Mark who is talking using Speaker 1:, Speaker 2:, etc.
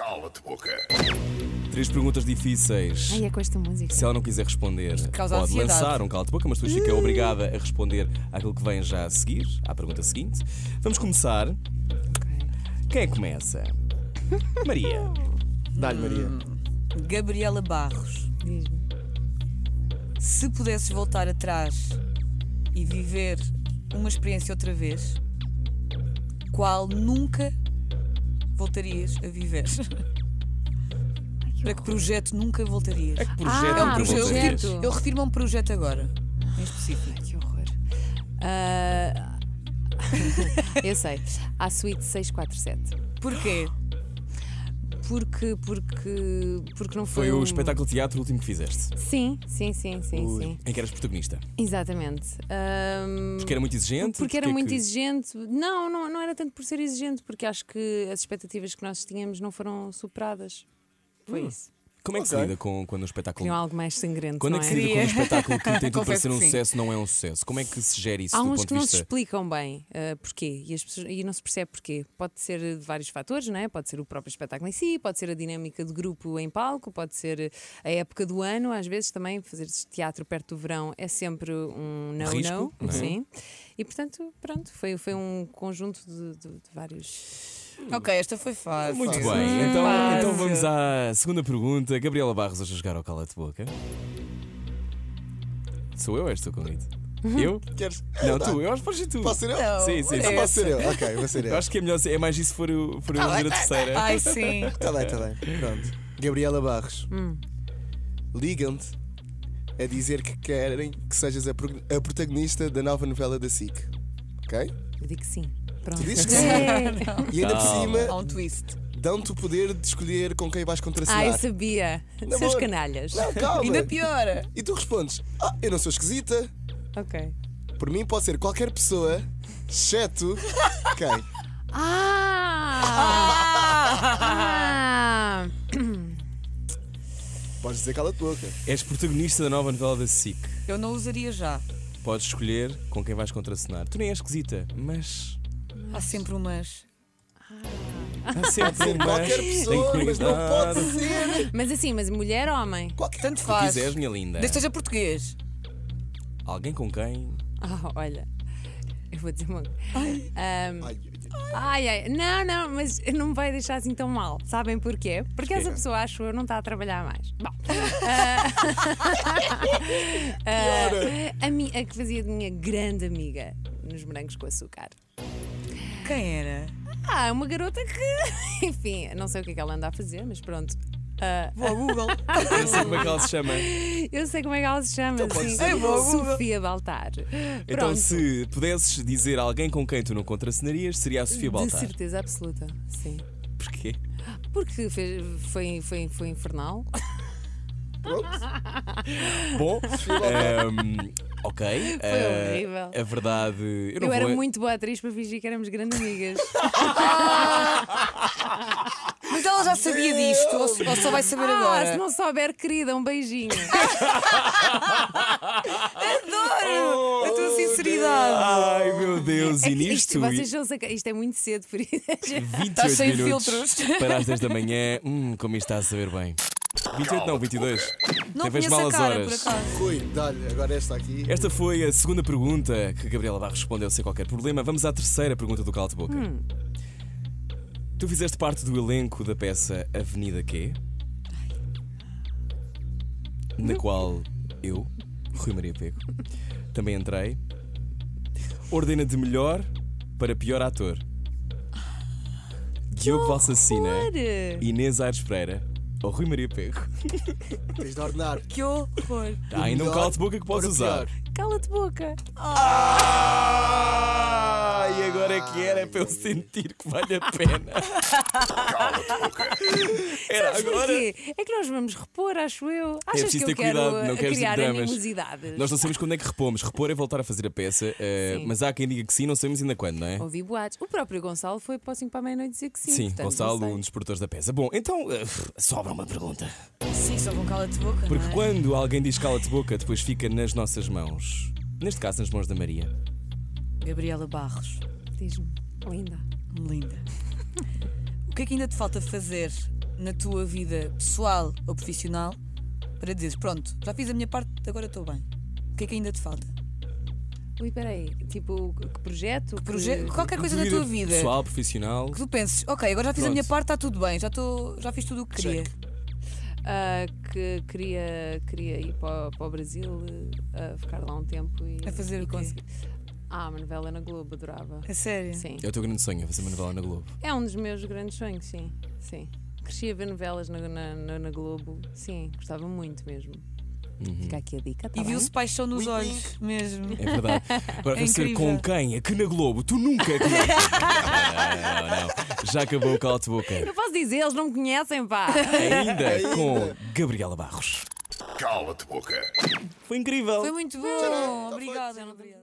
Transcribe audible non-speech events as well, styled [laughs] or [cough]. Speaker 1: aula de boca.
Speaker 2: Três perguntas difíceis.
Speaker 3: Ai, é com esta música.
Speaker 2: Se ela não quiser responder,
Speaker 4: causa
Speaker 2: pode
Speaker 4: ansiedade.
Speaker 2: lançar um calo de boca, mas depois fica obrigada a responder àquilo que vem já a seguir, à pergunta seguinte. Vamos começar. Quem é que
Speaker 3: [laughs]
Speaker 2: começa? Maria.
Speaker 5: Dá-lhe, Maria.
Speaker 4: Gabriela Barros,
Speaker 3: Diz-me.
Speaker 4: se pudesses voltar atrás e viver uma experiência outra vez, qual nunca voltarias a viver? Para que projeto nunca voltarias?
Speaker 2: A É que projeto
Speaker 3: Ah,
Speaker 2: nunca
Speaker 3: projeto.
Speaker 2: voltarias?
Speaker 4: Eu, eu refiro-me a um projeto agora, em específico.
Speaker 3: É né? Que horror. Ah, [laughs] eu sei. À suíte 647.
Speaker 4: Porquê?
Speaker 3: Porque, porque, porque não foi.
Speaker 2: Foi o
Speaker 3: um-
Speaker 2: espetáculo de teatro último que fizeste,
Speaker 3: Sim, sim, sim, sim, sim.
Speaker 2: em que eras protagonista.
Speaker 3: Exatamente. Ahm,
Speaker 2: Porque era muito exigente.
Speaker 3: Porque era
Speaker 2: é
Speaker 3: muito
Speaker 2: que-
Speaker 3: exigente. Não, não, não era tanto por ser exigente, porque acho que as expectativas que nós tínhamos não foram superadas. Foi isso.
Speaker 2: Como é que se
Speaker 5: Ok.
Speaker 2: lida com, quando um espetáculo.
Speaker 3: Tinham algo mais sangrento.
Speaker 2: Quando é
Speaker 3: não
Speaker 2: que
Speaker 3: é?
Speaker 2: se lida com um espetáculo que tem
Speaker 3: [laughs]
Speaker 2: tudo para
Speaker 4: Confesso
Speaker 2: ser um
Speaker 4: que sim.
Speaker 2: sucesso, não é um sucesso? Como é que se gere isso
Speaker 3: Há
Speaker 2: do
Speaker 3: uns
Speaker 2: ponto
Speaker 3: que
Speaker 2: de
Speaker 3: não se
Speaker 2: vista.
Speaker 3: explicam bem ah, porquê e, as pessoas- e não se percebe porquê. Pode ser de vários fatores, não é? Pode ser o próprio espetáculo em si, pode ser a dinâmica de grupo em palco, pode ser a época do ano, às vezes também fazer teatro perto do verão é sempre um
Speaker 2: Risco,
Speaker 3: não-não.
Speaker 2: não é?
Speaker 3: Sim. E portanto, pronto, foi, foi um conjunto de, de- de vários.
Speaker 4: Ok, esta foi fácil. Hum,
Speaker 2: Muito bem, então,
Speaker 4: fácil.
Speaker 2: então vamos à segunda pergunta. Gabriela Barros a jogar ao cala de boca. Sou eu ou és tu convite?
Speaker 4: Uhum.
Speaker 2: Eu?
Speaker 5: Queres?
Speaker 2: Não, tu, eu acho que podes ser tu.
Speaker 5: Posso ser eu?
Speaker 2: Sim, sim,
Speaker 5: Ah,
Speaker 2: sim.
Speaker 5: Posso ser eu? Ok, vou ser eu. Tá
Speaker 2: Eu acho que é melhor ser- é mais isso se for eu for eu a dizer a terceira.
Speaker 4: Ai, sim.
Speaker 5: Está tá bem, está bem. Pronto. Gabriela Barros.
Speaker 4: Hum.
Speaker 5: Ligam-te a dizer que querem que sejas a, prog- a protagonista da nova novela da SIC. Ok?
Speaker 3: Eu digo que sim. Pronto. Ah,
Speaker 5: Tu
Speaker 3: [laughs]
Speaker 5: dizes que sim. E ainda por
Speaker 4: Há um
Speaker 5: cima,
Speaker 4: twist.
Speaker 5: dão-te o poder de escolher com quem
Speaker 3: Ah,
Speaker 5: vais
Speaker 3: eu
Speaker 5: contracenar.
Speaker 3: sabia.
Speaker 5: Na
Speaker 3: Seus
Speaker 5: boa.
Speaker 3: canalhas.
Speaker 5: Não,
Speaker 4: [laughs]
Speaker 5: calma.
Speaker 4: Ainda piora.
Speaker 5: E tu respondes: Ah, eu não sou esquisita.
Speaker 3: Ok.
Speaker 5: Por mim pode ser qualquer pessoa, exceto quem?
Speaker 3: ah!
Speaker 5: Podes dizer cala-te boca.
Speaker 2: És protagonista da nova novela da SIC.
Speaker 4: Eu não usaria já.
Speaker 2: Podes escolher com quem vais contracenar. Tu nem és esquisita, mas.
Speaker 4: Há sempre umas.
Speaker 5: [laughs]
Speaker 2: Há sempre um mas.
Speaker 5: Qualquer pessoa,
Speaker 2: Tem
Speaker 5: mas não
Speaker 2: cuidado.
Speaker 5: pode ser.
Speaker 3: Mas assim, mas mulher ou homem?
Speaker 5: Qualquer
Speaker 4: Tanto
Speaker 2: Se
Speaker 4: faz.
Speaker 2: quiseres, minha linda.
Speaker 4: Desde que seja português.
Speaker 2: Alguém com quem. [laughs]
Speaker 3: Ah, olha, eu vou dizer uma Ahm,
Speaker 5: Ai, ai, ai.
Speaker 3: ai, ai, não, não, mas não me vai deixar assim tão mal. Sabem porquê? Porque essa pessoa, acho eu, não está a trabalhar mais. Bom, ah, ah, a, mi- a que fazia de minha grande amiga nos morangos com açúcar.
Speaker 4: Quem era?
Speaker 3: Ah, uma garota que, [laughs] enfim, não sei o que é que ela anda a fazer, mas pronto. Ah,
Speaker 4: Vou ao Google.
Speaker 2: Eu sei como é que ela se chama.
Speaker 3: eu sei como é que ela se chama,
Speaker 5: pode
Speaker 3: assim,
Speaker 5: ser.
Speaker 4: Ei, É boa, boa.
Speaker 3: Sofia Baltar.
Speaker 2: Então, se pudesses dizer alguém com quem tu não contracenarias, seria a Sofia
Speaker 3: de
Speaker 2: Baltar.
Speaker 3: certeza absoluta, sim.
Speaker 2: Porquê?
Speaker 3: Porque fez- foi, foi, foi infernal.
Speaker 2: Bom,
Speaker 5: eh,
Speaker 2: ehm, ok. eh,
Speaker 3: horrível.
Speaker 2: A verdade. Eu, não
Speaker 3: Eu era
Speaker 2: vou-
Speaker 3: muito boa atriz para fingir que éramos grandes
Speaker 2: [laughs]
Speaker 3: amigas.
Speaker 4: Mas ela já sabia disto, ou, ou só vai saber
Speaker 3: ah, se
Speaker 4: agora.
Speaker 3: não souber, querida, um [laughs] beijinho.
Speaker 2: Oh,
Speaker 4: Adoro a tua sinceridade.
Speaker 2: Ai meu Deus, Ah, e
Speaker 3: É que
Speaker 2: nisto.
Speaker 3: isto, vocês tá são saca- isto é muito cedo, por isso. [laughs]
Speaker 2: 28
Speaker 4: Estás sem
Speaker 2: minutos
Speaker 4: filtros.
Speaker 2: para as 10 da manhã. Hum, como isto está a saber bem. 28 não, 22.
Speaker 4: Não
Speaker 2: Talvez
Speaker 4: conheço
Speaker 2: mal
Speaker 4: a
Speaker 2: as
Speaker 4: cara, por
Speaker 2: horas.
Speaker 4: acaso.
Speaker 5: Rui, dá-lhe agora esta aqui.
Speaker 2: Esta foi a segunda pergunta que Gabriela Barros respondeu sem qualquer problema. Vamos à terceira pergunta do Calo de Boca.
Speaker 5: Hum.
Speaker 2: Tu fizeste parte do elenco da peça Avenida Q, na qual eu, Rui Maria Pego, também entrei. Ordena de melhor para pior ator. Diogo Valsacina,
Speaker 3: Ora,
Speaker 2: Inês Aires Pereira ou Rui Maria Pego.
Speaker 5: Tens de ordenar.
Speaker 4: Que horror.
Speaker 2: Há ainda um
Speaker 5: melhor
Speaker 2: calo de boca que podes
Speaker 5: para
Speaker 2: usar.
Speaker 5: pior.
Speaker 3: Cala-te boca.
Speaker 2: Ah, e agora é que era para eu sentir que vale a pena. Era
Speaker 3: Sabes
Speaker 2: agora.
Speaker 3: porquê? É que nós vamos repor, acho eu.
Speaker 2: É
Speaker 3: Achas
Speaker 2: preciso
Speaker 3: que
Speaker 2: ter
Speaker 3: eu quero
Speaker 2: cuidado, não
Speaker 3: uh,
Speaker 2: queres
Speaker 3: criar
Speaker 2: dramas.
Speaker 3: animosidades?
Speaker 2: Nós não sabemos quando é que repomos. Repor é voltar a fazer a peça, eh,
Speaker 3: Sim.
Speaker 2: mas há quem diga que sim, não sabemos ainda quando, não é?
Speaker 3: Ouvi boates. O próprio Gonçalo foi para o 5 para a meia-noite dizer que sim.
Speaker 2: Sim,
Speaker 3: portanto, não
Speaker 2: Gonçalo,
Speaker 3: sei.
Speaker 2: um dos produtores da peça. Bom, então eh, sobra uma pergunta.
Speaker 4: Sim, só com cala de boca.
Speaker 2: Porque
Speaker 4: não é?
Speaker 2: quando alguém diz cala-te boca, depois fica nas nossas mãos. Neste caso, nas mãos da Maria.
Speaker 4: Gabriela Barros.
Speaker 3: Diz-me, linda.
Speaker 4: Linda. O que é que ainda te falta fazer na tua vida pessoal ou profissional para dizeres: pronto, já fiz a minha parte, agora estou bem. O que é que ainda te falta?
Speaker 3: Ui, peraí, tipo, que projeto? Que
Speaker 4: Proje-
Speaker 3: É
Speaker 4: qualquer coisa na
Speaker 2: Incluída
Speaker 4: tua vida
Speaker 2: Pessoal, profissional.
Speaker 4: que tu penses: ok, agora já fiz a
Speaker 2: Pronto.
Speaker 4: minha parte, está tudo bem, já, estou já fiz tudo o que queria.
Speaker 3: Ah, que queria, queria ir para, para o Brasil, ah, ficar lá um tempo e.
Speaker 4: A fazer
Speaker 3: e
Speaker 4: o quê?
Speaker 3: conseguir. Ah, uma novela na Globo, adorava.
Speaker 4: A sério?
Speaker 3: Sim.
Speaker 2: É o teu grande sonho, é fazer uma novela na Globo.
Speaker 3: É um dos meus grandes sonhos, sim. sim. Cresci a ver novelas na, na- na- na Globo, sim, gostava muito mesmo. Fica aqui a dica, tá
Speaker 4: E
Speaker 3: bem?
Speaker 4: viu-se paixão nos
Speaker 5: Wink,
Speaker 4: olhos mesmo.
Speaker 2: É verdade. Agora,
Speaker 4: É
Speaker 2: a ser
Speaker 4: incrível.
Speaker 2: com quem? Aqui na Globo. Tu nunca. Não, não, não, não. Já acabou o calo de boca.
Speaker 3: Não posso dizer, eles não me conhecem, [laughs] pá!
Speaker 2: Ainda com Gabriela Barros.
Speaker 1: Cala-te boca.
Speaker 2: Foi incrível.
Speaker 4: Foi muito bom, obrigada. obrigada.